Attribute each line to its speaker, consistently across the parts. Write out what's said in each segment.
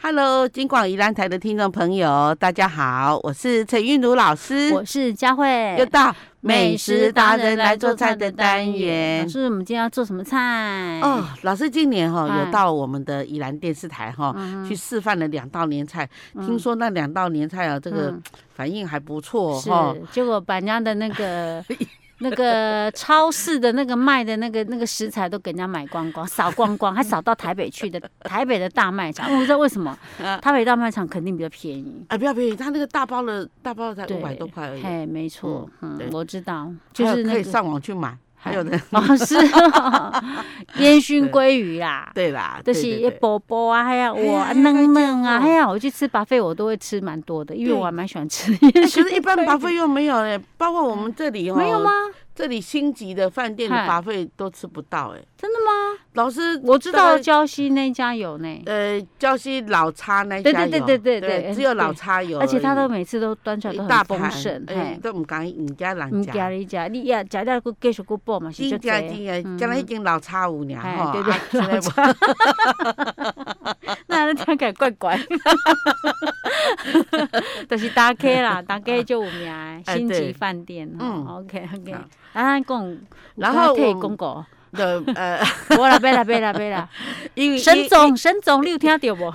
Speaker 1: Hello，金广宜兰台的听众朋友，大家好，我是陈韵如老师，
Speaker 2: 我是佳慧，
Speaker 1: 又到美食达人来做菜的单元
Speaker 2: 老。师，我哎们今天要做什么菜？
Speaker 1: 哦，，老师今年哈、
Speaker 2: 哎
Speaker 1: 有到我们的宜兰电视台哈、
Speaker 2: 嗯
Speaker 1: 去示范了两道年菜，听说那两道年菜啊，这个
Speaker 2: 嗯
Speaker 1: 反应还不错
Speaker 2: 是
Speaker 1: 哈、，
Speaker 2: 结果把人家的那 个那个超市的那个卖的那个那个食材都给人家买光光，扫光光，还扫到台 北去的台北的大卖场。我不知道为什么
Speaker 1: 啊，
Speaker 2: 台北大卖场肯定比较便宜。
Speaker 1: 哎，不要不要，他那个大包的大包的才
Speaker 2: 对
Speaker 1: 五百多块而已，
Speaker 2: 嘿，没错，嗯
Speaker 1: 对，
Speaker 2: 我知道，
Speaker 1: 还
Speaker 2: 就
Speaker 1: 有
Speaker 2: 是
Speaker 1: 可
Speaker 2: 那
Speaker 1: 以
Speaker 2: 个
Speaker 1: 上网去买，还有呢，
Speaker 2: 哦，是哦 烟熏鲑鱼啊啦，
Speaker 1: 对 啦，
Speaker 2: 就
Speaker 1: 对
Speaker 2: 是
Speaker 1: 对
Speaker 2: 一
Speaker 1: 对
Speaker 2: 波波啊，还有
Speaker 1: 哎呀
Speaker 2: 我
Speaker 1: 还有
Speaker 2: 嫩嫩
Speaker 1: 这
Speaker 2: 啊，
Speaker 1: 种
Speaker 2: 还有我去吃 buffet 我都会吃蛮多的，因为
Speaker 1: 对
Speaker 2: 我还蛮喜欢吃。
Speaker 1: 哎可是，一 般拔费又没有嘞，包括我们这里哦，
Speaker 2: 没有吗？
Speaker 1: 这里星级的饭店的
Speaker 2: 嗨
Speaker 1: 拔费都吃不到哎、
Speaker 2: 真的吗？
Speaker 1: 老师，
Speaker 2: 我知
Speaker 1: 大
Speaker 2: 道
Speaker 1: 概
Speaker 2: 礁溪那一家有呢，
Speaker 1: 呃，礁溪老叉那一
Speaker 2: 对
Speaker 1: 家有，
Speaker 2: 对对对对对
Speaker 1: 只有
Speaker 2: 对
Speaker 1: 老叉有已，
Speaker 2: 而且他都每次都端出来
Speaker 1: 一
Speaker 2: 都
Speaker 1: 大
Speaker 2: 很丰
Speaker 1: 盘
Speaker 2: 盛，
Speaker 1: 哎
Speaker 2: 嘿，，
Speaker 1: 都唔敢人家人
Speaker 2: 唔加
Speaker 1: 家。
Speaker 2: 你加，你呀加了个继续个煲嘛，是就
Speaker 1: 真
Speaker 2: 这
Speaker 1: 正真的，将来已经老差五年
Speaker 2: 哎
Speaker 1: 吼，
Speaker 2: 对对
Speaker 1: 啊现在
Speaker 2: 老
Speaker 1: 不
Speaker 2: 那那听起来怪怪，就是打开啦，打开就有名的
Speaker 1: 哎
Speaker 2: 星级
Speaker 1: 对
Speaker 2: 饭店，
Speaker 1: 嗯
Speaker 2: 哦 o k OK，
Speaker 1: 好
Speaker 2: 啊，咱讲，
Speaker 1: 然后
Speaker 2: 退
Speaker 1: 我
Speaker 2: 广告，
Speaker 1: 的 呃，
Speaker 2: 无啦，别啦，别啦，别 啦。
Speaker 1: 因为
Speaker 2: 沈总，沈总，你有听到 无？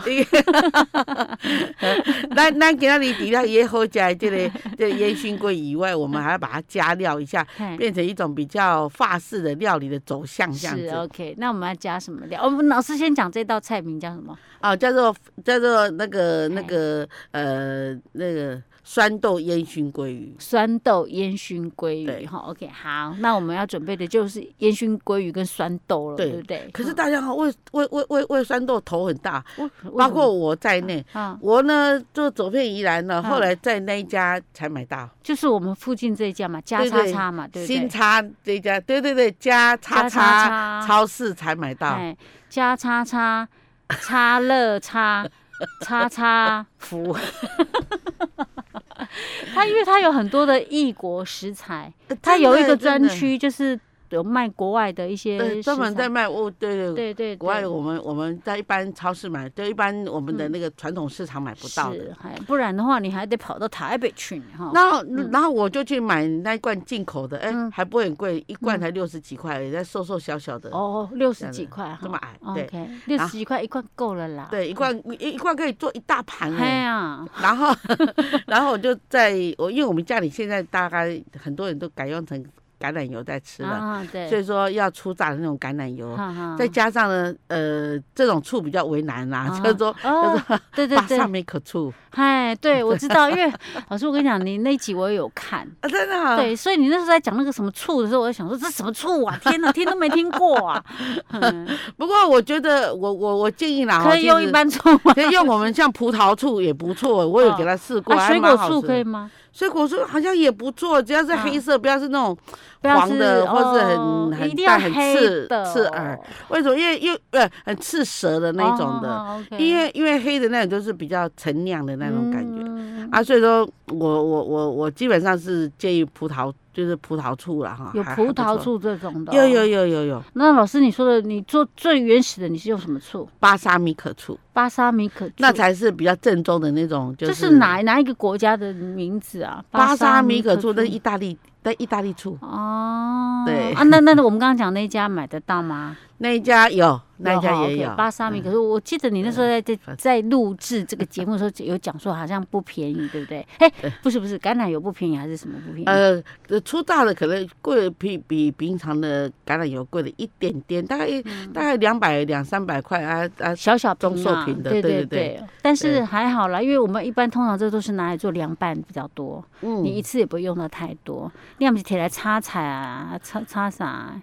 Speaker 1: 咱咱今日除了也好食的这个 这个烟熏鲑以外，我们还要把它加料一下，
Speaker 2: 嘿
Speaker 1: 变成一种比较法式的料理的走向这样
Speaker 2: 是哦
Speaker 1: 子
Speaker 2: OK，那我们要加什么料？我们老师先讲这道菜名叫什么？
Speaker 1: 啊，叫做叫做那个那
Speaker 2: 哎
Speaker 1: 个呃那个酸豆烟熏鲑鱼。
Speaker 2: 酸豆烟熏鲑
Speaker 1: 对
Speaker 2: 鱼哈。OK，好，那我们要准备的就是烟熏鲑鱼跟酸豆了，
Speaker 1: 对
Speaker 2: 对不对？哦
Speaker 1: 可是大家好，为为为为为酸豆头很大，
Speaker 2: 嗯
Speaker 1: 包括我在内。
Speaker 2: 啊，
Speaker 1: 我呢，就走遍宜兰了，
Speaker 2: 嗯
Speaker 1: 后来在那一家才买到
Speaker 2: 就是我们附近这一家嘛，加
Speaker 1: 对
Speaker 2: 叉
Speaker 1: 对
Speaker 2: 叉嘛，对不
Speaker 1: 新
Speaker 2: 对？
Speaker 1: 叉这一家，对对对，加叉叉
Speaker 2: 加叉叉，
Speaker 1: 超市才买到。
Speaker 2: 哎，加叉叉，叉乐叉。叉叉福， 它因为它有很多的异国食材，
Speaker 1: 呃
Speaker 2: 它有一
Speaker 1: 真
Speaker 2: 个专
Speaker 1: 的真的
Speaker 2: 区，就是有卖国外的一些
Speaker 1: 对，专门
Speaker 2: 食材
Speaker 1: 在卖哦，对对。
Speaker 2: 对对
Speaker 1: 国外我们我们在一般超市买，对，一般我们的
Speaker 2: 嗯
Speaker 1: 那个传统市场买不
Speaker 2: 不
Speaker 1: 到的。
Speaker 2: 还不然的话你还得跑到台北去呢哈。
Speaker 1: 然后，然后我就去买那一罐进口的，哎，
Speaker 2: 哦嗯
Speaker 1: 还不会很贵，一罐才六十几块，也在瘦瘦小小的，
Speaker 2: 哦，六
Speaker 1: 这
Speaker 2: 十
Speaker 1: 样子
Speaker 2: 几块哈，
Speaker 1: 这么矮，对
Speaker 2: OK，六十几块一罐够了啦。
Speaker 1: 对，一罐一一罐可以做一大盘
Speaker 2: 嘿啊
Speaker 1: 哎。
Speaker 2: 呀，
Speaker 1: 然后， 然后我就在我因为我们家里现在大概很多人都改用成橄榄油在吃了，
Speaker 2: 啊对，
Speaker 1: 所以说要粗榨的那种橄榄油，
Speaker 2: 哈哈
Speaker 1: 再加上呢，呃，这种醋比较为难啦，
Speaker 2: 啊
Speaker 1: 就是说
Speaker 2: 哦，对 对
Speaker 1: 巴
Speaker 2: 对
Speaker 1: 萨，梅可醋
Speaker 2: 嗨，对我知道，因为老师我跟你讲，你那集我有 看。
Speaker 1: 啊，真的啊
Speaker 2: 对，所以你那时候在讲那个什么醋的时候，我就想说这什么醋啊？天哪，听都没听过啊！嗯
Speaker 1: 不过我觉得我我我建议啦，
Speaker 2: 可以用一
Speaker 1: 般，
Speaker 2: 般醋吗？
Speaker 1: 可以用我们像葡萄醋也不错，我有给他试过，
Speaker 2: 啊
Speaker 1: 还
Speaker 2: 水
Speaker 1: 蛮
Speaker 2: 果
Speaker 1: 好
Speaker 2: 醋
Speaker 1: 吃
Speaker 2: 可以
Speaker 1: 的，
Speaker 2: 吗？
Speaker 1: 水果醋好像也不错，只要是黑色，不要是那种
Speaker 2: 不要
Speaker 1: 黄的
Speaker 2: 是
Speaker 1: 或是很
Speaker 2: 哦
Speaker 1: 很
Speaker 2: 一定要
Speaker 1: 淡很
Speaker 2: 黑
Speaker 1: 刺
Speaker 2: 的哦
Speaker 1: 刺耳为什么？因为又呃很刺舌的那种的，
Speaker 2: 的
Speaker 1: 因为因为黑的那种就是比较陈酿的那种感觉、
Speaker 2: 觉。
Speaker 1: 啊，所以说我我我我基本上是建议葡萄就是葡萄醋了哈，
Speaker 2: 有
Speaker 1: 还
Speaker 2: 葡萄，
Speaker 1: 还
Speaker 2: 醋这种
Speaker 1: 不
Speaker 2: 的，哦
Speaker 1: 错有有。有有有
Speaker 2: 那老师，你说的，你做最原始的，你是用什么醋？
Speaker 1: 巴沙米可醋，
Speaker 2: 巴沙米可醋，
Speaker 1: 那才是比较正宗的那种，就
Speaker 2: 这
Speaker 1: 是
Speaker 2: 是哪哪一个国家的名字啊？
Speaker 1: 巴沙米可醋，那
Speaker 2: 的
Speaker 1: 意大利那意大利醋
Speaker 2: 哦，
Speaker 1: 对
Speaker 2: 啊，那那那我们刚刚讲那一家买得到吗？
Speaker 1: 那一家有， 那一家
Speaker 2: 哈
Speaker 1: 也
Speaker 2: OK，
Speaker 1: 有，嗯
Speaker 2: 巴沙米，可是我记得你那时候在在在录制这个节目的时 候，有讲说好像不便宜，对不对？哎，不是不是，橄榄油不便宜还是什么不便宜？
Speaker 1: 呃，呃粗大的可能贵比比平常的橄榄油贵了一点点，大概、
Speaker 2: 嗯
Speaker 1: 大概两百两三百块啊啊，
Speaker 2: 小小瓶啊
Speaker 1: 中寿瓶的对
Speaker 2: 对对
Speaker 1: 对对
Speaker 2: 对。
Speaker 1: 对
Speaker 2: 但是还好啦，因为我们一般通常这都是拿来做凉拌比较多，
Speaker 1: 嗯
Speaker 2: 你一次也不会用到太多。你要么就摕来擦菜啊，擦擦啥啊？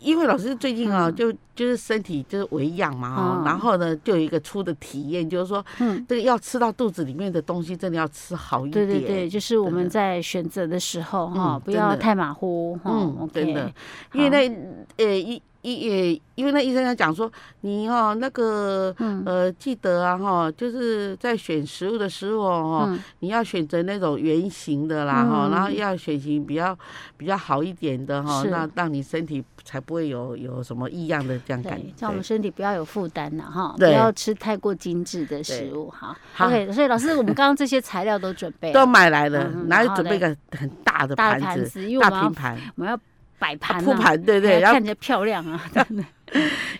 Speaker 1: 因为老师最近啊、就就是身体就是为恙嘛哦，
Speaker 2: 嗯
Speaker 1: 然后呢，就有一个出的体验，就是说
Speaker 2: 嗯，
Speaker 1: 这个要吃到肚子里面的东西，真的要吃好一
Speaker 2: 对
Speaker 1: 点。
Speaker 2: 对对，就是我
Speaker 1: 真的
Speaker 2: 们在选择的时候哈
Speaker 1: 嗯，
Speaker 2: 不
Speaker 1: 真
Speaker 2: 要
Speaker 1: 的
Speaker 2: 太马虎哈
Speaker 1: 嗯。真
Speaker 2: OK，
Speaker 1: 的因为那呃一医，因为那医生要讲说，你哦那个
Speaker 2: 嗯
Speaker 1: 呃，记得啊哈，就是在选食物的时候哦，
Speaker 2: 嗯
Speaker 1: 你要选择那种圆形的啦哈，
Speaker 2: 嗯
Speaker 1: 然后要选型比较比较好一点的哈，
Speaker 2: 是
Speaker 1: 那让你身体才不会有有什么异样的这样感
Speaker 2: 对，叫我
Speaker 1: 觉
Speaker 2: 们。身体不要有负担了哈，不
Speaker 1: 对
Speaker 2: 要吃太过精致的食物哈。
Speaker 1: 好
Speaker 2: OK，所以老师，我们刚刚这些材料都准备
Speaker 1: 都
Speaker 2: 了，
Speaker 1: 买来了，
Speaker 2: 嗯
Speaker 1: 然后
Speaker 2: 好
Speaker 1: 准备一个很大的
Speaker 2: 大
Speaker 1: 盘
Speaker 2: 的盘
Speaker 1: 子，
Speaker 2: 子，因为
Speaker 1: 大
Speaker 2: 我们要
Speaker 1: 平盘，
Speaker 2: 我们要摆
Speaker 1: 啊
Speaker 2: 盘
Speaker 1: 铺
Speaker 2: 啊，
Speaker 1: 盘，对
Speaker 2: 还
Speaker 1: 对，
Speaker 2: 要
Speaker 1: 然后
Speaker 2: 看起来漂亮 啊，真的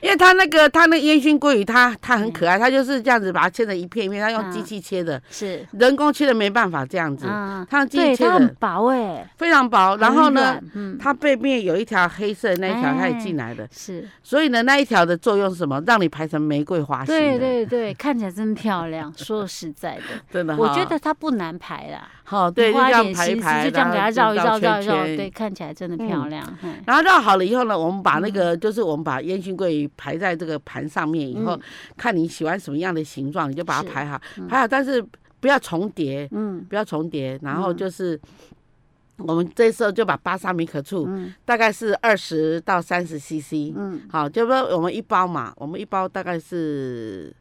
Speaker 1: 因为它那个它那个烟熏鲑鱼，它它很
Speaker 2: 嗯
Speaker 1: 可爱，它就是这样子把它切成一片一片，它用
Speaker 2: 嗯
Speaker 1: 机器切的，
Speaker 2: 是
Speaker 1: 人工切的没办法这样子，
Speaker 2: 啊，
Speaker 1: 它用机器
Speaker 2: 对，
Speaker 1: 切
Speaker 2: 它
Speaker 1: 的
Speaker 2: 很薄哎，
Speaker 1: 非常薄，然后呢
Speaker 2: 很软，，嗯，
Speaker 1: 它背面有一条黑色的那一条它也进来的，
Speaker 2: 是，
Speaker 1: 所以呢那一条的作用是什么？让你排成玫瑰花型
Speaker 2: 对
Speaker 1: 的，
Speaker 2: 对对，看起来真漂亮。 说实在 的，
Speaker 1: 真的哈，
Speaker 2: 我觉得它不难排啦，
Speaker 1: 好，对，
Speaker 2: 你
Speaker 1: 就
Speaker 2: 花
Speaker 1: 这
Speaker 2: 一
Speaker 1: 样
Speaker 2: 点
Speaker 1: 排
Speaker 2: 心
Speaker 1: 一
Speaker 2: 思，
Speaker 1: 排，
Speaker 2: 就这样给它
Speaker 1: 然
Speaker 2: 绕
Speaker 1: 后
Speaker 2: 一绕，绕
Speaker 1: 圈嗯
Speaker 2: 一绕，
Speaker 1: 圈
Speaker 2: 对，看起来真的漂亮。嘿
Speaker 1: 然后绕好了以后呢，我们把
Speaker 2: 嗯
Speaker 1: 那个、就是我们把烟熏桂鱼排在这个盘上面以后，
Speaker 2: 嗯
Speaker 1: 看你喜欢什么样的形状，你就把它
Speaker 2: 是
Speaker 1: 排好，
Speaker 2: 嗯
Speaker 1: 排好，但是不要重叠，
Speaker 2: 嗯
Speaker 1: 不要重叠。然后就是、我们这时候就把巴沙米可醋、
Speaker 2: 嗯
Speaker 1: 大概是二十到三十 CC，、
Speaker 2: 嗯，
Speaker 1: 好，就说我们一包嘛，我们一包大概是，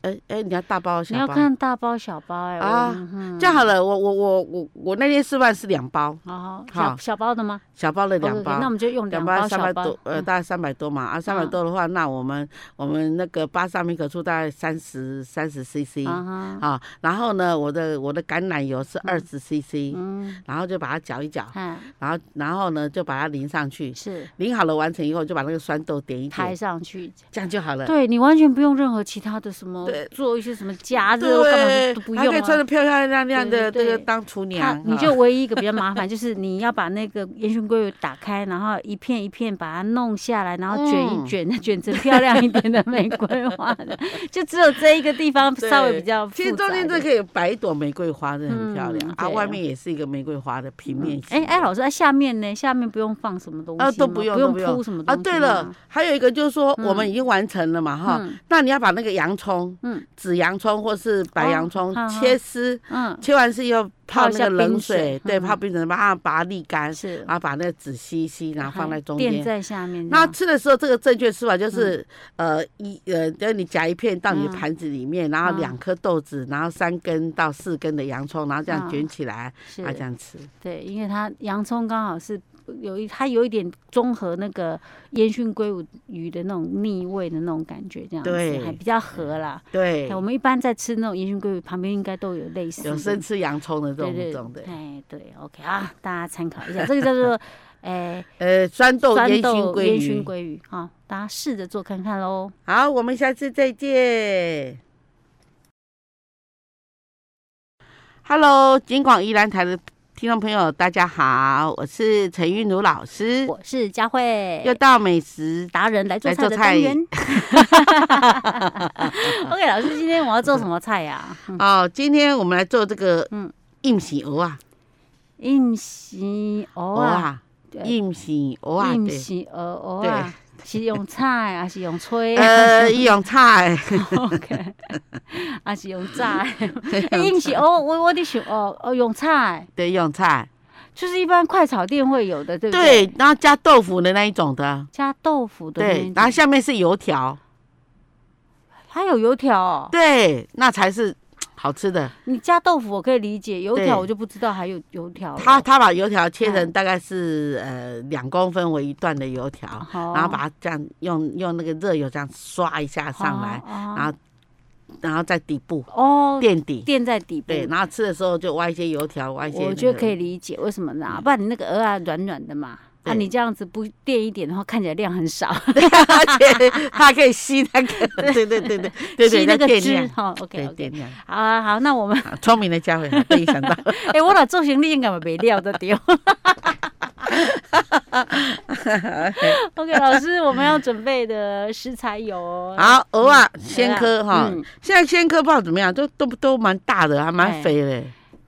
Speaker 1: 哎、哎、你要大包还是
Speaker 2: 你
Speaker 1: 小
Speaker 2: 要
Speaker 1: 包？
Speaker 2: 看大包小包哎
Speaker 1: 啊
Speaker 2: 啊
Speaker 1: 这样好了，我我我我我那天示范是两包，
Speaker 2: 哦，
Speaker 1: 好
Speaker 2: 小小包的吗？
Speaker 1: 小包的两
Speaker 2: OK，OK，
Speaker 1: 包。
Speaker 2: 那我们就用
Speaker 1: 两
Speaker 2: 两
Speaker 1: 包
Speaker 2: 包
Speaker 1: 三
Speaker 2: 小
Speaker 1: 百
Speaker 2: 包
Speaker 1: 多，，呃，
Speaker 2: 嗯
Speaker 1: 大概三百多嘛，啊，三百
Speaker 2: 嗯
Speaker 1: 多的话，那我们我们那个巴沙米可醋大概三十三十 CC
Speaker 2: 啊哈，
Speaker 1: 啊，然后呢，我的我的橄榄油是二十 CC，
Speaker 2: 嗯，
Speaker 1: 然后就把它搅一搅，
Speaker 2: 哎，
Speaker 1: 然后然后呢就把它淋上去，
Speaker 2: 是
Speaker 1: 淋好了完成以后就把那个酸豆点一
Speaker 2: 抬
Speaker 1: 点，
Speaker 2: 上去，
Speaker 1: 这样就好了。
Speaker 2: 对你完全不用任何其他的什么
Speaker 1: 对，
Speaker 2: 做一些什么加热
Speaker 1: 对
Speaker 2: 干嘛都，不
Speaker 1: 还可以
Speaker 2: 用
Speaker 1: 穿
Speaker 2: 啊。
Speaker 1: 的漂漂亮亮的，
Speaker 2: 对
Speaker 1: 这
Speaker 2: 对
Speaker 1: 个
Speaker 2: 对
Speaker 1: 当厨
Speaker 2: 它
Speaker 1: 娘，
Speaker 2: 你
Speaker 1: 啊
Speaker 2: 就唯一一个比较麻烦，就是你要把那个烟熏鲑鱼打开，然后一片一片把它弄下来，然后卷
Speaker 1: 嗯
Speaker 2: 一卷，卷成漂亮一点的玫瑰花的，就只有这一个地 方稍微
Speaker 1: 对
Speaker 2: 比较复
Speaker 1: 其
Speaker 2: 杂一
Speaker 1: 实
Speaker 2: 点。
Speaker 1: 中间这可以摆一朵玫瑰花，真的很漂亮
Speaker 2: 嗯
Speaker 1: 啊，
Speaker 2: 对
Speaker 1: 外
Speaker 2: 啊
Speaker 1: 面也是一个玫瑰花的平面
Speaker 2: 哎
Speaker 1: 形。
Speaker 2: 哎，老师，那下面呢？下面不用放什么东西吗？
Speaker 1: 啊都不用
Speaker 2: 不
Speaker 1: 都
Speaker 2: 用
Speaker 1: 不用
Speaker 2: 铺什么东
Speaker 1: 啊，
Speaker 2: 西
Speaker 1: 对了
Speaker 2: 吗，，
Speaker 1: 还有一个就是说，
Speaker 2: 嗯
Speaker 1: 我们已经完成了嘛，哈，
Speaker 2: 嗯
Speaker 1: 那你要把那个洋葱，
Speaker 2: 嗯
Speaker 1: 紫洋葱或是白洋葱
Speaker 2: 哦好好
Speaker 1: 切丝，
Speaker 2: 嗯，
Speaker 1: 切完丝以后泡
Speaker 2: 泡一
Speaker 1: 那
Speaker 2: 下
Speaker 1: 个冷
Speaker 2: 冰
Speaker 1: 水
Speaker 2: 水，
Speaker 1: 对，
Speaker 2: 嗯
Speaker 1: 泡冰水，把它把它沥干，
Speaker 2: 是
Speaker 1: 然后把那个籽吸一吸，然后放在中
Speaker 2: 垫
Speaker 1: 间。
Speaker 2: 在下面这
Speaker 1: 那
Speaker 2: 样。
Speaker 1: 吃的时候，这个正确吃法就是，呃，一呃，就是你夹一片到你的
Speaker 2: 嗯
Speaker 1: 盘子里面，然后
Speaker 2: 嗯
Speaker 1: 两颗豆子，然后三根到四根的洋葱，然后这样
Speaker 2: 嗯
Speaker 1: 卷起来，啊
Speaker 2: 是
Speaker 1: 然后这样吃。
Speaker 2: 对，因为它洋葱刚好是有一，它有一点综合那个烟熏鲑鱼的那种腻味的那种感觉，这样子
Speaker 1: 对
Speaker 2: 还比较合啦。
Speaker 1: 对
Speaker 2: 哎，我们一般在吃那种烟熏鲑鱼旁边应该都有类似的
Speaker 1: 有生吃洋葱的这
Speaker 2: 对
Speaker 1: 种这
Speaker 2: 对
Speaker 1: 种的。
Speaker 2: 哎对，OK 啊，大家参考一下，这个叫做 哎
Speaker 1: 呃，酸豆
Speaker 2: 酸
Speaker 1: 烟熏
Speaker 2: 豆
Speaker 1: 鲑
Speaker 2: 烟熏
Speaker 1: 鱼。
Speaker 2: 鲑鱼啊，大家试着做看看喽。
Speaker 1: 好，我们下次再见。Hello，金广宜兰台的听众朋友，大家好，我是陈韵如老师，
Speaker 2: 我是佳慧，
Speaker 1: 又到美食。
Speaker 2: 达人来做
Speaker 1: 来
Speaker 2: 菜
Speaker 1: 做
Speaker 2: 的
Speaker 1: 菜
Speaker 2: 单元。OK，老师，今天我要做什么菜呀、嗯
Speaker 1: 哦，今天我们来做这个嗯
Speaker 2: 嗯
Speaker 1: 硬喜鹅啊，
Speaker 2: 硬洗
Speaker 1: 鹅
Speaker 2: 藕啊，
Speaker 1: 啊，
Speaker 2: 对
Speaker 1: 硬喜鹅啊，
Speaker 2: 硬
Speaker 1: 对
Speaker 2: 洗藕藕啊，是用菜啊 还是用炊？
Speaker 1: 呃，一种菜，
Speaker 2: OK，还是 用哎炸？硬洗藕，我我得想哦哦，用菜
Speaker 1: 对，一种菜，
Speaker 2: 就是一般快炒店会有的，对不对？
Speaker 1: 对，然后加豆腐的那一种的，
Speaker 2: 加豆腐的那
Speaker 1: 对
Speaker 2: 一，
Speaker 1: 然后
Speaker 2: 种，
Speaker 1: 下面是油条，
Speaker 2: 还有油条、哦。
Speaker 1: 对，那才是好吃的。
Speaker 2: 你加豆腐我可以理解，油
Speaker 1: 对
Speaker 2: 条我就不知道还有油条了。
Speaker 1: 他他把油条切成
Speaker 2: 嗯
Speaker 1: 大概是、呃两公分为一段的油条，
Speaker 2: 好
Speaker 1: 然后把它这样用用那个热油这样刷一下
Speaker 2: 哦
Speaker 1: 上来，
Speaker 2: 然
Speaker 1: 然后然后在底部
Speaker 2: 啊哦，
Speaker 1: 垫底，
Speaker 2: 垫在底部。
Speaker 1: 对，然后吃的时候就挖一些油条，挖一些、嗯
Speaker 2: 我觉 得可以。理解为什么呢？不然你那个鹅啊软软的嘛，
Speaker 1: 对
Speaker 2: 啊你这样子不垫一点的话，看起来量很少，
Speaker 1: 而且它可以吸那个，对对对对 对对，
Speaker 2: 吸那
Speaker 1: 在
Speaker 2: 个
Speaker 1: 电
Speaker 2: 汁
Speaker 1: 量，
Speaker 2: 哈。OK
Speaker 1: 对
Speaker 2: OK，
Speaker 1: 电量。
Speaker 2: 好啊好，那我们
Speaker 1: 好聪明的家伙，被你想到。
Speaker 2: 哎，我老做行李应该嘛没料的丢。OK，老师，我们要准备的食材有哦
Speaker 1: 好，鹅啊，
Speaker 2: 嗯
Speaker 1: 鲜科哈
Speaker 2: 嗯，
Speaker 1: 现在鲜科不知道怎么样，都都都蛮大的，还蛮
Speaker 2: 哎
Speaker 1: 肥的。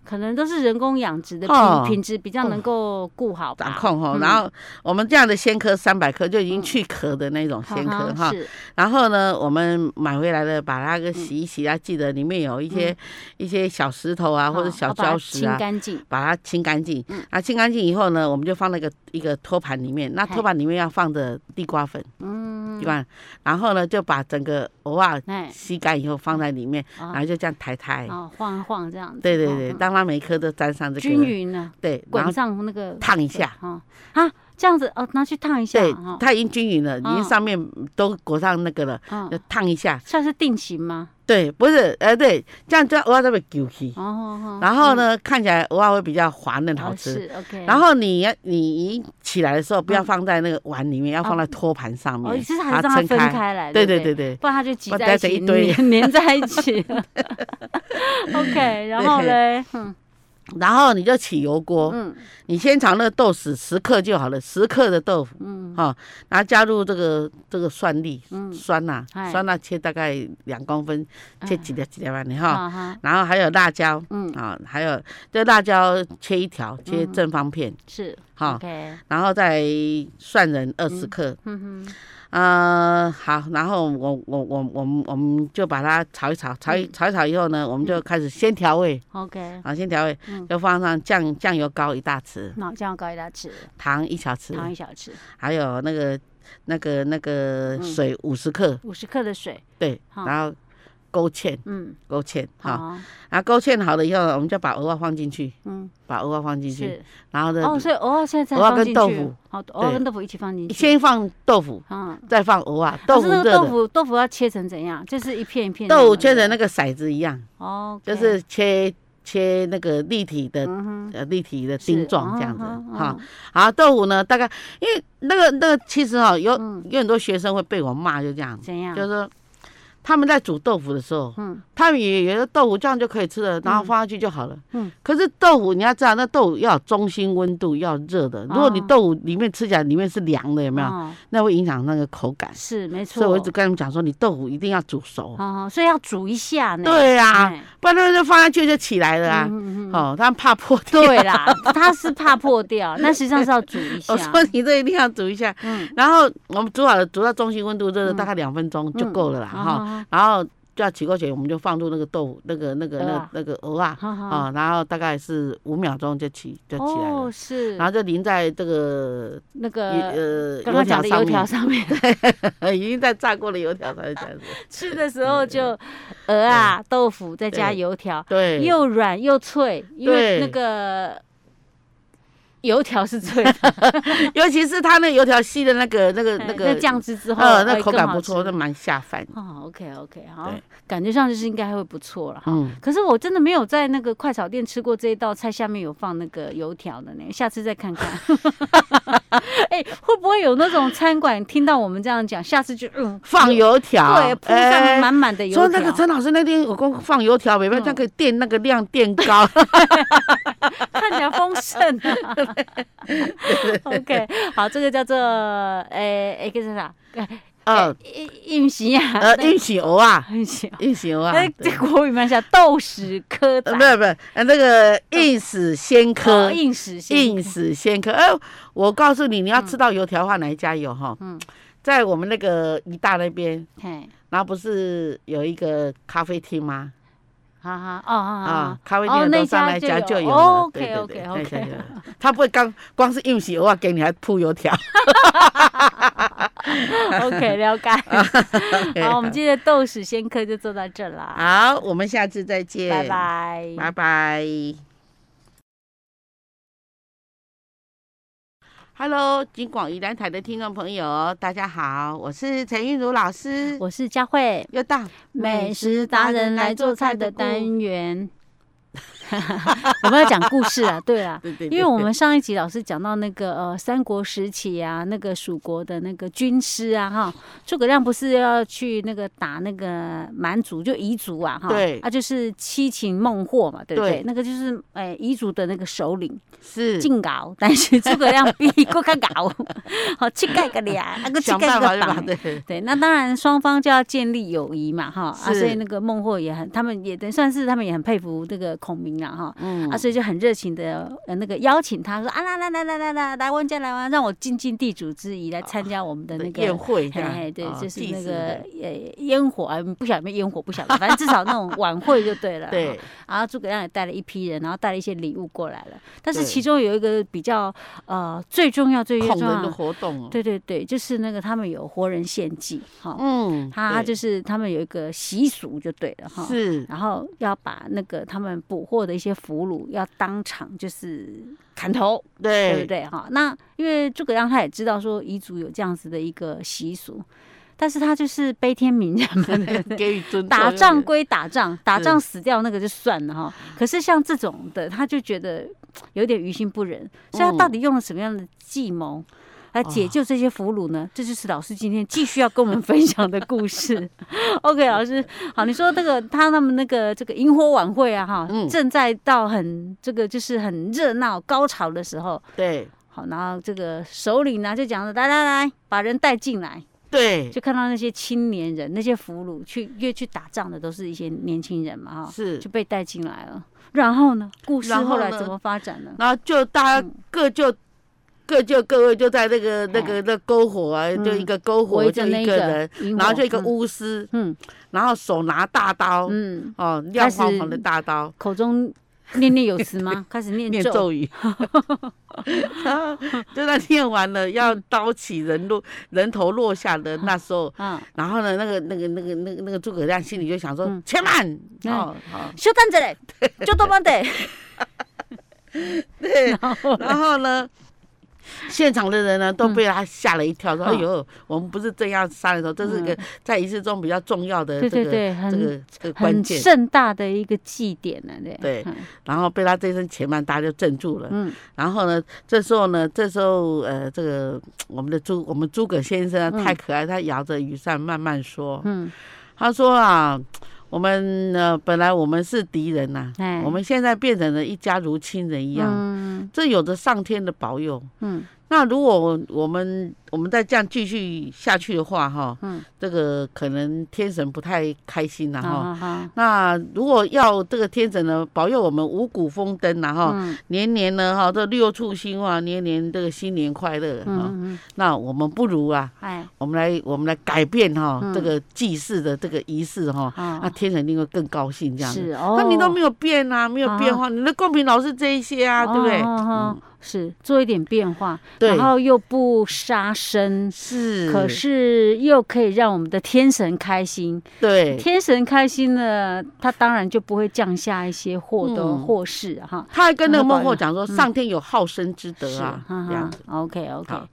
Speaker 2: 可能都是人工养殖的品、
Speaker 1: 哦
Speaker 2: 品质比较能够顾好吧。
Speaker 1: 掌控哈，
Speaker 2: 嗯
Speaker 1: 然后我们这样的鲜科三百克就已经去壳的那种鲜科
Speaker 2: 嗯哼
Speaker 1: 哈，
Speaker 2: 是
Speaker 1: 然后呢，我们买回来的把那个洗一洗啊，记得里面有一
Speaker 2: 嗯
Speaker 1: 些一些小石头啊或者
Speaker 2: 哦
Speaker 1: 小
Speaker 2: 要把它
Speaker 1: 礁石
Speaker 2: 清
Speaker 1: 啊，
Speaker 2: 干净。
Speaker 1: 把它清干净
Speaker 2: 嗯。
Speaker 1: 啊，清干净以后呢，我们就放那个一个托盘里面，那
Speaker 2: 嗨
Speaker 1: 托盘里面要放的地瓜粉，
Speaker 2: 嗯
Speaker 1: 地，瓜，然后呢就把整个偶尔
Speaker 2: 哎，
Speaker 1: 吸干以后放在里面，
Speaker 2: 哦
Speaker 1: 然后就这样抬抬。
Speaker 2: 哦，晃一晃这样子。
Speaker 1: 哎对对
Speaker 2: 哦
Speaker 1: 对，
Speaker 2: 嗯
Speaker 1: 当它每一颗都沾上这
Speaker 2: 均
Speaker 1: 个，
Speaker 2: 匀呢，
Speaker 1: 对，然
Speaker 2: 滚
Speaker 1: 后
Speaker 2: 上那个
Speaker 1: 烫一下。
Speaker 2: 哦啊，这样子哦，拿去烫一下
Speaker 1: 对
Speaker 2: 哦，。
Speaker 1: 它已经均匀了，已经
Speaker 2: 哦
Speaker 1: 上面都裹上那个了，就
Speaker 2: 嗯，
Speaker 1: 烫一下。
Speaker 2: 算是定型吗？
Speaker 1: 对，不是，呃，对，这样这样偶尔都被揪起。
Speaker 2: 哦哦，哦
Speaker 1: 然后？呢，看起来偶尔会比较滑嫩
Speaker 2: 嗯
Speaker 1: 好
Speaker 2: 哦
Speaker 1: 吃。
Speaker 2: 是 OK。
Speaker 1: 然后你要你一起来的时候，不要
Speaker 2: 嗯
Speaker 1: 放在那个碗里面，要放在托盘上
Speaker 2: 哦，
Speaker 1: 面，
Speaker 2: 就是
Speaker 1: 把
Speaker 2: 还是让
Speaker 1: 它
Speaker 2: 它
Speaker 1: 撑
Speaker 2: 分
Speaker 1: 开。
Speaker 2: 开来，
Speaker 1: 对
Speaker 2: 对
Speaker 1: 对
Speaker 2: 不
Speaker 1: 对对，
Speaker 2: 不然它就挤
Speaker 1: 不然待着
Speaker 2: 在一起，
Speaker 1: 一堆
Speaker 2: 粘粘在一 起。OK，然后嘞，嗯
Speaker 1: 然后你就起油锅，
Speaker 2: 嗯
Speaker 1: 你先炒那个豆豉十克就好了，十克的豆腐，
Speaker 2: 嗯，
Speaker 1: 哈、然后加入这个这个蒜粒，
Speaker 2: 嗯
Speaker 1: 酸呐、
Speaker 2: 嗨
Speaker 1: 酸辣切大概两公分，切
Speaker 2: 嗯
Speaker 1: 几条几条吧，你哈，
Speaker 2: 好啊哈，
Speaker 1: 然后还有辣椒，
Speaker 2: 嗯
Speaker 1: 啊、还有这辣椒切一条，切
Speaker 2: 嗯
Speaker 1: 正方片，
Speaker 2: 是
Speaker 1: 哈、
Speaker 2: OK，
Speaker 1: 然后再蒜仁二十克，
Speaker 2: 嗯哼，
Speaker 1: 呃，好，然后我我我我们我们就把它炒一炒，炒一炒一炒以后呢，我们就开始先调味，
Speaker 2: OK，
Speaker 1: 啊，先调味，
Speaker 2: 嗯嗯
Speaker 1: 就放上酱酱油膏一大匙，
Speaker 2: 那我这样高给大家吃，
Speaker 1: 糖一小匙，
Speaker 2: 糖一小匙，
Speaker 1: 还有那个那个那个水五十克，
Speaker 2: 五十克的水，
Speaker 1: 对，
Speaker 2: 嗯好
Speaker 1: 然后勾芡
Speaker 2: 嗯，
Speaker 1: 勾芡哈，
Speaker 2: 好，
Speaker 1: 然后勾芡好了以后，我们就把鹅啊放进去，
Speaker 2: 嗯，
Speaker 1: 把鹅啊放进去，
Speaker 2: 是，
Speaker 1: 然后
Speaker 2: 哦，
Speaker 1: 呢，
Speaker 2: 所以偶尔现在才
Speaker 1: 偶尔
Speaker 2: 放
Speaker 1: 跟
Speaker 2: 进
Speaker 1: 豆
Speaker 2: 去
Speaker 1: 腐，
Speaker 2: 好，偶尔
Speaker 1: 对
Speaker 2: 跟豆腐一起放进去，
Speaker 1: 先放豆腐，
Speaker 2: 嗯，
Speaker 1: 再放鹅啊，
Speaker 2: 可
Speaker 1: 豆腐
Speaker 2: 是那个
Speaker 1: 热
Speaker 2: 豆
Speaker 1: 的，
Speaker 2: 腐豆腐要切成怎样？就是一片一片这样
Speaker 1: 豆
Speaker 2: 的。
Speaker 1: 腐切成那个骰子一样，
Speaker 2: 哦，
Speaker 1: 就是切切那个立体的
Speaker 2: 嗯哼，
Speaker 1: 呃立体的
Speaker 2: 是
Speaker 1: 丁状这样子
Speaker 2: 嗯
Speaker 1: 哈
Speaker 2: 嗯。
Speaker 1: 好，豆腐呢，大概因为那个那个其实哈、有
Speaker 2: 嗯
Speaker 1: 有很多学生会被我骂，就这样，
Speaker 2: 怎样？
Speaker 1: 就是说他们在煮豆腐的时候，
Speaker 2: 嗯
Speaker 1: 他们也觉得豆腐这样就可以吃了，然后放下去就好了。
Speaker 2: 嗯
Speaker 1: 可是豆腐你要知道，那豆腐要有中心温度，要热的。如果你
Speaker 2: 哦
Speaker 1: 豆腐里面吃起来里面是凉的，有没有？
Speaker 2: 哦
Speaker 1: 那会影响那个口感。
Speaker 2: 是没错。
Speaker 1: 所以我一直跟他们讲说，你豆腐一定要煮熟。
Speaker 2: 哦，所以要煮一下呢。
Speaker 1: 对呀、
Speaker 2: 哎，
Speaker 1: 不然他们就放下去就起来了啊。
Speaker 2: 嗯嗯嗯
Speaker 1: 哦，他们怕破掉。
Speaker 2: 对啦，他是怕破掉，但实际上是要煮一下
Speaker 1: 我。说你这一定要煮一下，
Speaker 2: 嗯，
Speaker 1: 然后我们煮好了，煮到中心温度热了，
Speaker 2: 嗯
Speaker 1: 大概两分钟就够了啦
Speaker 2: 嗯
Speaker 1: 哈。，然后就要起锅前，我们就放入那个豆腐，那个那个
Speaker 2: 鹅
Speaker 1: 那个
Speaker 2: 啊
Speaker 1: 那个鹅啊，
Speaker 2: 好好
Speaker 1: 啊，然后大概是五秒钟就起就起来
Speaker 2: 哦，
Speaker 1: 了，
Speaker 2: 是，
Speaker 1: 然后就淋在这个
Speaker 2: 那
Speaker 1: 油
Speaker 2: 个
Speaker 1: 呃
Speaker 2: 刚刚讲的油
Speaker 1: 油
Speaker 2: 条
Speaker 1: 条上
Speaker 2: 上面，
Speaker 1: 面， 已经在炸过的油条上面这样子，
Speaker 2: 吃的时候就鹅啊、豆腐再
Speaker 1: 嗯
Speaker 2: 加
Speaker 1: 对
Speaker 2: 油条，
Speaker 1: 对，
Speaker 2: 又软又脆，因
Speaker 1: 对
Speaker 2: 为那个油条是脆的，
Speaker 1: 尤其是它那油条吸的那个那 个
Speaker 2: 哎
Speaker 1: 那个
Speaker 2: 酱汁之后，
Speaker 1: 呃，
Speaker 2: 会
Speaker 1: 那口
Speaker 2: 更
Speaker 1: 感
Speaker 2: 好
Speaker 1: 不错，
Speaker 2: 吃
Speaker 1: 那蛮下饭的，
Speaker 2: 哦，OK OK，好
Speaker 1: 对，
Speaker 2: 感觉上就是应该会不错了哈。
Speaker 1: 嗯。
Speaker 2: 可是我真的没有在那个快炒店吃过这一道菜，下面有放那个油条的呢，下次再看 看。哎、会不会有那种餐馆听到我们这样讲，下次就嗯
Speaker 1: 放
Speaker 2: 有
Speaker 1: 油条，
Speaker 2: 对铺上
Speaker 1: 哎
Speaker 2: 满满的油条、
Speaker 1: 说那个陈老师那天有跟我放油条，没办法，
Speaker 2: 嗯
Speaker 1: 这样可以垫那个量垫 高。
Speaker 2: 看起来丰盛 啊。OK，好，这个叫做诶诶，叫啥？
Speaker 1: 呃
Speaker 2: 应应席啊，
Speaker 1: 呃，运喜鹅啊，
Speaker 2: 应席。
Speaker 1: 运喜鹅啊，
Speaker 2: 哎，
Speaker 1: 对
Speaker 2: 这国语蛮像豆豉科
Speaker 1: 呃
Speaker 2: 长
Speaker 1: 不，是不是，呃那 个硬死鲜科
Speaker 2: 嗯哦，应时性
Speaker 1: 硬死鲜科。哎，我告诉你，你要吃到油条的话，哪一家有哈？
Speaker 2: 嗯
Speaker 1: 在我们那个一大那边，
Speaker 2: 嘿，
Speaker 1: 然后不是有一个咖啡厅吗？
Speaker 2: 哈哈，哦哦
Speaker 1: 啊
Speaker 2: 哦，，
Speaker 1: 咖啡
Speaker 2: 哦
Speaker 1: 厅的
Speaker 2: 那
Speaker 1: 楼上
Speaker 2: 家
Speaker 1: 那一
Speaker 2: 就
Speaker 1: 家
Speaker 2: 有
Speaker 1: 就有
Speaker 2: 哦
Speaker 1: 了。
Speaker 2: ，OK，
Speaker 1: 对对对，那
Speaker 2: OK，OK
Speaker 1: 一家就有了。他不会刚光是硬喜鹅啊，给你还铺油 条。
Speaker 2: OK，了解。
Speaker 1: 啊
Speaker 2: 好，我们今天的豆豉先科就做到这啦，
Speaker 1: 好，我们下次再见，
Speaker 2: 拜，拜。
Speaker 1: 啊拜拜。Hello，金广宜兰台的听众朋友，大家好，我是陈韵如老师，
Speaker 2: 我是佳慧，
Speaker 1: 又到
Speaker 2: 美食达人来做菜的单元。 我们要讲故事 啊，对啊，
Speaker 1: 对对，对
Speaker 2: 因为我们上一集老师讲到那个呃三国时期啊，那个蜀国的那个军师啊哈，诸葛亮不是要去那个打那个蛮族就彝族啊哈，
Speaker 1: 对
Speaker 2: 他就是七擒孟获嘛，对不
Speaker 1: 对
Speaker 2: 对？那个就是哎彝族的那个首领
Speaker 1: 是
Speaker 2: 进搞，但是诸葛亮比过较 搞，好乞丐个俩，那个乞
Speaker 1: 想
Speaker 2: 丐
Speaker 1: 办法
Speaker 2: 个
Speaker 1: 就把
Speaker 2: 绑。
Speaker 1: 对
Speaker 2: 对，那当然双方就要建立友谊嘛，哈啊，
Speaker 1: 是
Speaker 2: 所以那个孟获也很，他们也等算是他们也很佩服这个孔明情啊哈。
Speaker 1: 嗯
Speaker 2: 啊，所以就很热情的呃那个邀请他说啊来来来来来来来温家来玩，让我尽尽地主之谊来参加我们的那个
Speaker 1: 宴会这
Speaker 2: 嘿
Speaker 1: 样，
Speaker 2: 嘿，对，
Speaker 1: 哦
Speaker 2: 就是
Speaker 1: 祭
Speaker 2: 那
Speaker 1: 祀
Speaker 2: 个
Speaker 1: 的
Speaker 2: 呃烟火啊，不晓得有没有烟火，不晓得，反正至少那种晚会就对了。
Speaker 1: 对，
Speaker 2: 然后诸葛亮也带了一批人，然后带了一些礼物过来了。但是
Speaker 1: 对
Speaker 2: 其中有一个比较呃最重要最重
Speaker 1: 恐人
Speaker 2: 要
Speaker 1: 的
Speaker 2: 的，
Speaker 1: 活动哦，
Speaker 2: 对对对，就是那个他们有活人献祭哈，
Speaker 1: 嗯，
Speaker 2: 他他
Speaker 1: 对
Speaker 2: 就是他们有一个习俗就对了哈。
Speaker 1: 是
Speaker 2: 然后要把那个他们捕获的一些俘虏，要当场就是砍头，对
Speaker 1: 对
Speaker 2: 不对？哈，那因为诸葛亮他也知道说彝族有这样子的一个习俗，但是他就是悲天悯人嘛， 对不对？
Speaker 1: 哎
Speaker 2: 嗯
Speaker 1: 给予尊重
Speaker 2: 打
Speaker 1: 就
Speaker 2: 仗
Speaker 1: 是
Speaker 2: 归打仗，打仗死掉那个就算了哈。可是像这种的，他就觉得嘖有点于心不忍，所以他
Speaker 1: 嗯
Speaker 2: 到底用了什么样的计谋来解救这些俘虏呢？这就是老师今天继续要跟我们分享的故 事。OK，老师，好，你说那个他他们那个这个萤火晚会啊，哈，
Speaker 1: 嗯
Speaker 2: 正在到很这个就是很热闹高潮的时候，
Speaker 1: 对
Speaker 2: 好，然后这个首领呢就讲了，来来来，把人带进来，
Speaker 1: 对
Speaker 2: 就看到那些青年人、那些俘虏去越去打仗的都是一些年轻人嘛，哈，
Speaker 1: 是
Speaker 2: 就，被带进来了。然后呢，故事
Speaker 1: 然后
Speaker 2: 后来
Speaker 1: 呢
Speaker 2: 怎么发展呢？
Speaker 1: 然后就大家
Speaker 2: 嗯
Speaker 1: 各就。各就各位就在那个那个那篝火啊，就
Speaker 2: 嗯
Speaker 1: 一个篝火
Speaker 2: 围
Speaker 1: 就
Speaker 2: 着那
Speaker 1: 一个人，
Speaker 2: 萤火
Speaker 1: 然后就一个
Speaker 2: 嗯
Speaker 1: 巫师，
Speaker 2: 嗯
Speaker 1: 然后手拿大刀，
Speaker 2: 嗯，
Speaker 1: 哦，亮
Speaker 2: 开始
Speaker 1: 晃晃的大刀，
Speaker 2: 口中念念有 词吗？开始念
Speaker 1: 念
Speaker 2: 咒，
Speaker 1: 咒 语， 然后就在念完了，要
Speaker 2: 嗯
Speaker 1: 刀起人落人头落下的那时候，
Speaker 2: 啊，
Speaker 1: 然后呢，那个那个那个那个那个诸葛亮心里就想说
Speaker 2: 嗯，
Speaker 1: 且慢，哦好，
Speaker 2: 修蛋子嘞，就多么得，
Speaker 1: 对， 然后呢？现场的人呢都被他吓了一跳，说：“哎
Speaker 2: 嗯
Speaker 1: 呦，我们不是这样杀人头，这是个在仪式中比较重要的
Speaker 2: 对
Speaker 1: 这
Speaker 2: 对
Speaker 1: 个
Speaker 2: 对，
Speaker 1: 这
Speaker 2: 很
Speaker 1: 个这个 关
Speaker 2: 很
Speaker 1: 键。
Speaker 2: 盛大的一个祭典啊呢，对”
Speaker 1: 对，然后被他这一声且慢，大家就镇住了。
Speaker 2: 嗯
Speaker 1: 然后呢，这时候呢，这时候呃，这个我们的诸我们诸葛先生啊
Speaker 2: 嗯
Speaker 1: 太可爱，他摇着雨伞慢慢说，
Speaker 2: 嗯，
Speaker 1: 他说啊，我们呃本来我们是敌人呐、
Speaker 2: 哎，
Speaker 1: 我们现在变成了一家如亲人一
Speaker 2: 一
Speaker 1: 样，
Speaker 2: 嗯
Speaker 1: 这有着上天的保佑。
Speaker 2: 嗯
Speaker 1: 那如果我们我们再这样继续下去的话，哈，
Speaker 2: 嗯，
Speaker 1: 这个可能天神不太开心了、哈。
Speaker 2: 啊哈哈，
Speaker 1: 那如果要这个天神呢保佑我们五谷丰登呐、哈、
Speaker 2: 嗯
Speaker 1: 年年呢，哈，这六畜兴旺，年年这个新年快乐
Speaker 2: 嗯
Speaker 1: 哈、
Speaker 2: 嗯嗯，
Speaker 1: 那我们不如啊，
Speaker 2: 哎，
Speaker 1: 我们来我们来改变哈、
Speaker 2: 嗯
Speaker 1: 这个祭祀的这个仪式哈、那
Speaker 2: 啊，
Speaker 1: 天神一定会更高兴这样子。
Speaker 2: 是哦，
Speaker 1: 那你都没有变啊，没有变化，你的贡品老是这一些啊，对不对？
Speaker 2: 哦哦哦是做一点变化，
Speaker 1: 对
Speaker 2: 然后又不杀生，
Speaker 1: 是，
Speaker 2: 可是又可以让我们的天神开心。
Speaker 1: 对
Speaker 2: 天神开心了，他当然就不会降下一些祸的
Speaker 1: 嗯
Speaker 2: 祸事啊哈。
Speaker 1: 他还跟那个
Speaker 2: 那个
Speaker 1: 孟
Speaker 2: 保
Speaker 1: 获
Speaker 2: 佑
Speaker 1: 讲说，
Speaker 2: 嗯
Speaker 1: 上天有好生之德
Speaker 2: 是
Speaker 1: 啊，
Speaker 2: 哈
Speaker 1: 这样
Speaker 2: 哈
Speaker 1: 子
Speaker 2: ，OK OK，
Speaker 1: 好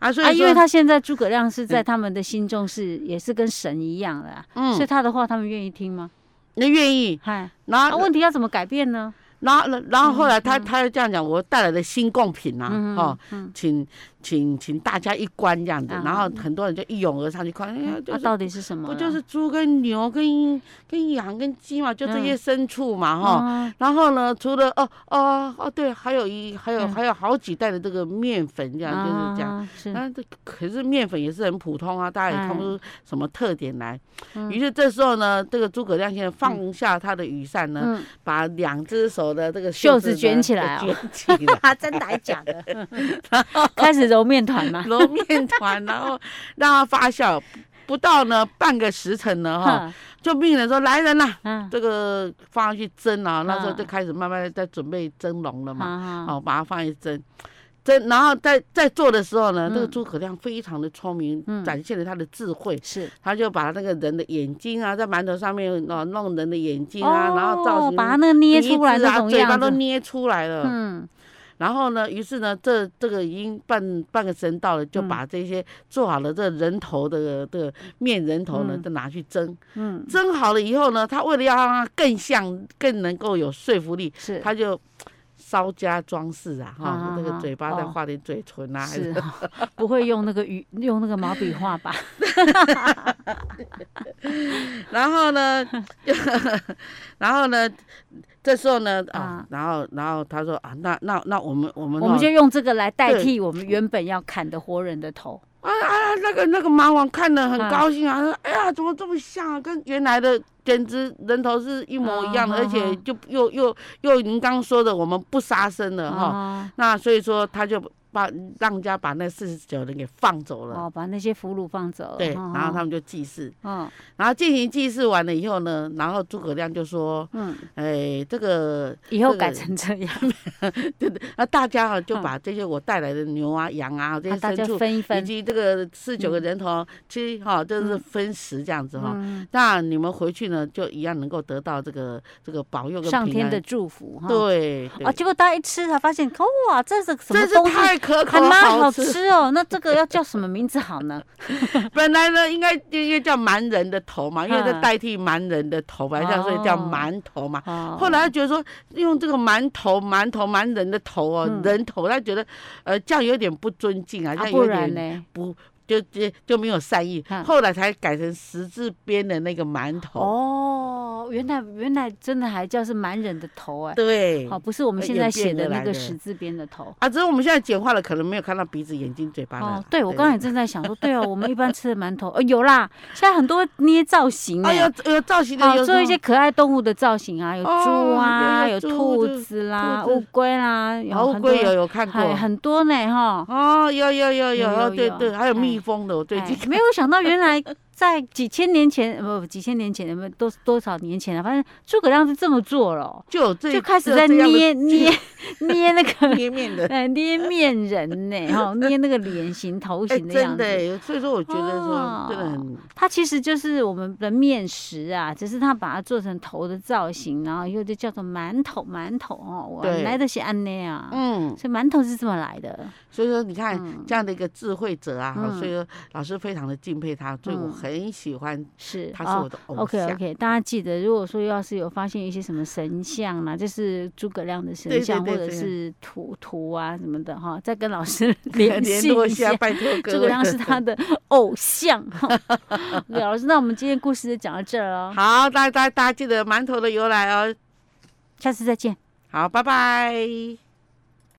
Speaker 1: 啊，所
Speaker 2: 啊，
Speaker 1: 以
Speaker 2: 因为
Speaker 1: 说
Speaker 2: 他现在诸葛亮是在他们的心中是也是跟神一样的啊，所以
Speaker 1: 嗯，
Speaker 2: 他的话他们愿意听吗？
Speaker 1: 你愿意，
Speaker 2: 嗨，
Speaker 1: 然
Speaker 2: 啊，
Speaker 1: 后
Speaker 2: 问题要怎么改变呢？
Speaker 1: 然后然后后来他他又这样讲，我带来的新贡品啊，
Speaker 2: 嗯
Speaker 1: 哦。
Speaker 2: 嗯，
Speaker 1: 请请请大家一观这样子，
Speaker 2: 啊
Speaker 1: 然后很多人就一涌而上去看，哎呀，就
Speaker 2: 啊，
Speaker 1: 是
Speaker 2: 到底是什么
Speaker 1: 不
Speaker 2: 了？
Speaker 1: 就是猪跟牛跟跟羊跟鸡嘛，就
Speaker 2: 嗯
Speaker 1: 这些牲畜嘛哈。
Speaker 2: 哦，
Speaker 1: 然后呢，除了哦哦哦，对，还有一还有
Speaker 2: 嗯啊
Speaker 1: 还有好几袋的这个面粉，这
Speaker 2: 这
Speaker 1: 样就是这样。
Speaker 2: 是
Speaker 1: 那这可是面粉也是很普通啊，大家也看不出什么特点来。
Speaker 2: 哎嗯
Speaker 1: 于是这时候呢，这个诸葛亮先生放下他的雨伞呢，
Speaker 2: 嗯，
Speaker 1: 把两只手的这个
Speaker 2: 袖子
Speaker 1: 呢
Speaker 2: 卷起来
Speaker 1: 就
Speaker 2: 哦
Speaker 1: 卷起 来，
Speaker 2: 啊，真的还假的？ 开始揉面团 嘛，
Speaker 1: 揉面团，然后让它发酵，不到呢半个时辰呢哈，
Speaker 2: 哈，
Speaker 1: 就命人说来人啦、
Speaker 2: 嗯，
Speaker 1: 这个放上去蒸啊，那时候
Speaker 2: 嗯
Speaker 1: 就开始慢慢地在准备蒸笼了嘛，哦
Speaker 2: 好好，
Speaker 1: 好、把它放一蒸。蒸，然后在在做的时候呢，这个
Speaker 2: 嗯
Speaker 1: 诸葛亮非常的聪明，
Speaker 2: 嗯
Speaker 1: 展现了他的智慧。
Speaker 2: 是
Speaker 1: 他就把那个人的眼睛啊，在馒头上面哦弄人的眼睛
Speaker 2: 哦，
Speaker 1: 啊，然后造型
Speaker 2: 把它那个捏出来
Speaker 1: 鼻子
Speaker 2: 那
Speaker 1: 啊
Speaker 2: 种
Speaker 1: 嘴巴
Speaker 2: 样
Speaker 1: 都
Speaker 2: 子，
Speaker 1: 捏出来了。
Speaker 2: 嗯，
Speaker 1: 然后呢，于是呢，这这个已经半半个时辰到了，就
Speaker 2: 嗯
Speaker 1: 把这些做好了这人头的的面人头呢，
Speaker 2: 嗯
Speaker 1: 就拿去蒸。
Speaker 2: 嗯，
Speaker 1: 蒸好了以后呢，他为了要让它更像、更能够有说服力，
Speaker 2: 是，
Speaker 1: 他就稍加装饰啊，哈、
Speaker 2: 啊
Speaker 1: 这
Speaker 2: 啊
Speaker 1: 个嘴巴再
Speaker 2: 哦
Speaker 1: 画点嘴唇啊，还
Speaker 2: 是哦， 不会用那个鱼，用那个毛笔画吧？
Speaker 1: 然后呢，然后呢，这时候呢，啊
Speaker 2: 啊，
Speaker 1: 然后然后他说啊，那那那我们我们
Speaker 2: 我们
Speaker 1: 哦
Speaker 2: 就用这个来代
Speaker 1: 对
Speaker 2: 替我们原本要砍的活人的头，
Speaker 1: 啊啊！那个那个蛮王看了很
Speaker 2: 啊
Speaker 1: 高兴啊，他说：“哎呀，怎么这么像啊？跟原来的简直人头是一模一样的，
Speaker 2: 哦
Speaker 1: 而且就又又又您刚说的，我们不杀生了哈、
Speaker 2: 哦
Speaker 1: 那所以说他就把让人家把那四十九人给放走了，
Speaker 2: 哦，把那些俘虏放走了。
Speaker 1: 对，
Speaker 2: 哦
Speaker 1: 然后他们就祭祀，
Speaker 2: 哦
Speaker 1: 然后进行祭祀完了以后呢，然后诸葛亮就说，
Speaker 2: 嗯，
Speaker 1: 哎，这个
Speaker 2: 以后
Speaker 1: 这个
Speaker 2: 改成这样，
Speaker 1: 那大家啊就把这些我带来的牛啊、羊啊这些
Speaker 2: 啊大
Speaker 1: 牲
Speaker 2: 家
Speaker 1: 畜，
Speaker 2: 分一
Speaker 1: 以
Speaker 2: 分。
Speaker 1: 及这个四九个人头，其实哈就是
Speaker 2: 嗯
Speaker 1: 分食这样子哈。
Speaker 2: 嗯，
Speaker 1: 那你们回去呢，就一样能够得到这个这个保佑跟
Speaker 2: 上
Speaker 1: 平
Speaker 2: 天
Speaker 1: 安
Speaker 2: 的祝福哈。
Speaker 1: 对，对
Speaker 2: 啊，结果大家一吃才发现，哇，这是什么
Speaker 1: 真是
Speaker 2: 东西？
Speaker 1: 太可
Speaker 2: 还
Speaker 1: 口
Speaker 2: 蛮
Speaker 1: 好
Speaker 2: 好
Speaker 1: 吃。
Speaker 2: 吃哦，那这个要叫什么名字好 呢？
Speaker 1: 本来呢，应该就应该叫蛮人的头嘛，因为这
Speaker 2: 嗯
Speaker 1: 代替蛮人的头，反正所以叫
Speaker 2: 哦
Speaker 1: 馒头嘛。
Speaker 2: 哦，
Speaker 1: 后来他觉得说，用这个馒头、馒头、蛮人的头哦，
Speaker 2: 嗯
Speaker 1: 人头，他觉得，呃，这样有点不尊敬啊，这
Speaker 2: 啊，
Speaker 1: 样
Speaker 2: 不
Speaker 1: 有
Speaker 2: 然
Speaker 1: 点
Speaker 2: 呢？
Speaker 1: 不就就就没有善意。
Speaker 2: 嗯
Speaker 1: 后来才改成十字边的那个馒头。
Speaker 2: 哦，原来原来真的还叫是蛮人的头哎，
Speaker 1: 对，
Speaker 2: 好，不是我们
Speaker 1: 呃
Speaker 2: 现
Speaker 1: 演
Speaker 2: 在
Speaker 1: 变
Speaker 2: 写的
Speaker 1: 而
Speaker 2: 那
Speaker 1: 来
Speaker 2: 个
Speaker 1: 的
Speaker 2: 十字边的头。
Speaker 1: 啊，只是我们现在简化了，可能没有看到鼻子、眼睛、嘴巴了啦
Speaker 2: 哦，。对，我刚才也正在想说，对哦，我们一般吃的馒头， 呃，有啦，现在很多捏造型
Speaker 1: 哎
Speaker 2: 哎，
Speaker 1: 呀，有造型的，
Speaker 2: 哦，
Speaker 1: 有
Speaker 2: 做一
Speaker 1: 什么
Speaker 2: 些可爱动物的造型啊，有猪
Speaker 1: 哦
Speaker 2: 啊，
Speaker 1: 有
Speaker 2: 有
Speaker 1: 猪
Speaker 2: 兔
Speaker 1: 就
Speaker 2: 子啦，
Speaker 1: 兔子
Speaker 2: 乌龟啦，有
Speaker 1: 好乌
Speaker 2: 哦很多
Speaker 1: 龟有有看过
Speaker 2: 还。很多呢哈。
Speaker 1: 哦，有有有有，
Speaker 2: 有
Speaker 1: 哦
Speaker 2: 有
Speaker 1: 对
Speaker 2: 有
Speaker 1: 对，还有蜜
Speaker 2: 哎
Speaker 1: 蜂的，我最近
Speaker 2: 哎没有想到，原来在几千年前，呃不几千年前，有没有多多少年前了？啊反正诸葛亮是这么做了哦，
Speaker 1: 就有这
Speaker 2: 就开始
Speaker 1: 这
Speaker 2: 在
Speaker 1: 这样的
Speaker 2: 捏捏 捏那个。
Speaker 1: 捏面 的，
Speaker 2: 哎，捏面人 呢，哈，捏那个脸型、头
Speaker 1: 哎，
Speaker 2: 型的
Speaker 1: 真
Speaker 2: 样子，哦
Speaker 1: 的耶，所以说我觉得说真的很
Speaker 2: 它其实就是我们的面食啊，只是它把它做成头的造型，然后又就叫做馒头，馒头哦，我
Speaker 1: 对
Speaker 2: 来的是安内啊，
Speaker 1: 嗯，
Speaker 2: 所以馒头是这么来的，
Speaker 1: 所以说你看
Speaker 2: 嗯
Speaker 1: 这样的一个智慧者啊，哈
Speaker 2: 嗯
Speaker 1: 所以说老师非常的敬佩他，所以我
Speaker 2: 嗯哦
Speaker 1: 很喜欢
Speaker 2: 是
Speaker 1: 他是我的偶
Speaker 2: OK
Speaker 1: 像。
Speaker 2: OK，大家记得，如果说要是有发现一些什么神像啦，就是诸葛亮的
Speaker 1: 对
Speaker 2: 神
Speaker 1: 对
Speaker 2: 像
Speaker 1: 对
Speaker 2: 或者
Speaker 1: 对
Speaker 2: 是图图啊什么的哈，再跟 老师 联
Speaker 1: 联
Speaker 2: 系
Speaker 1: 络
Speaker 2: 一
Speaker 1: 一下，
Speaker 2: 下。
Speaker 1: 拜托各
Speaker 2: 诸
Speaker 1: 位
Speaker 2: 葛。亮是他的 偶像。哈 OK，老师，那我们今天故事就讲到这儿了，
Speaker 1: 好，大家大家记得馒头的由来哦。
Speaker 2: 下次再见。
Speaker 1: 好，拜拜。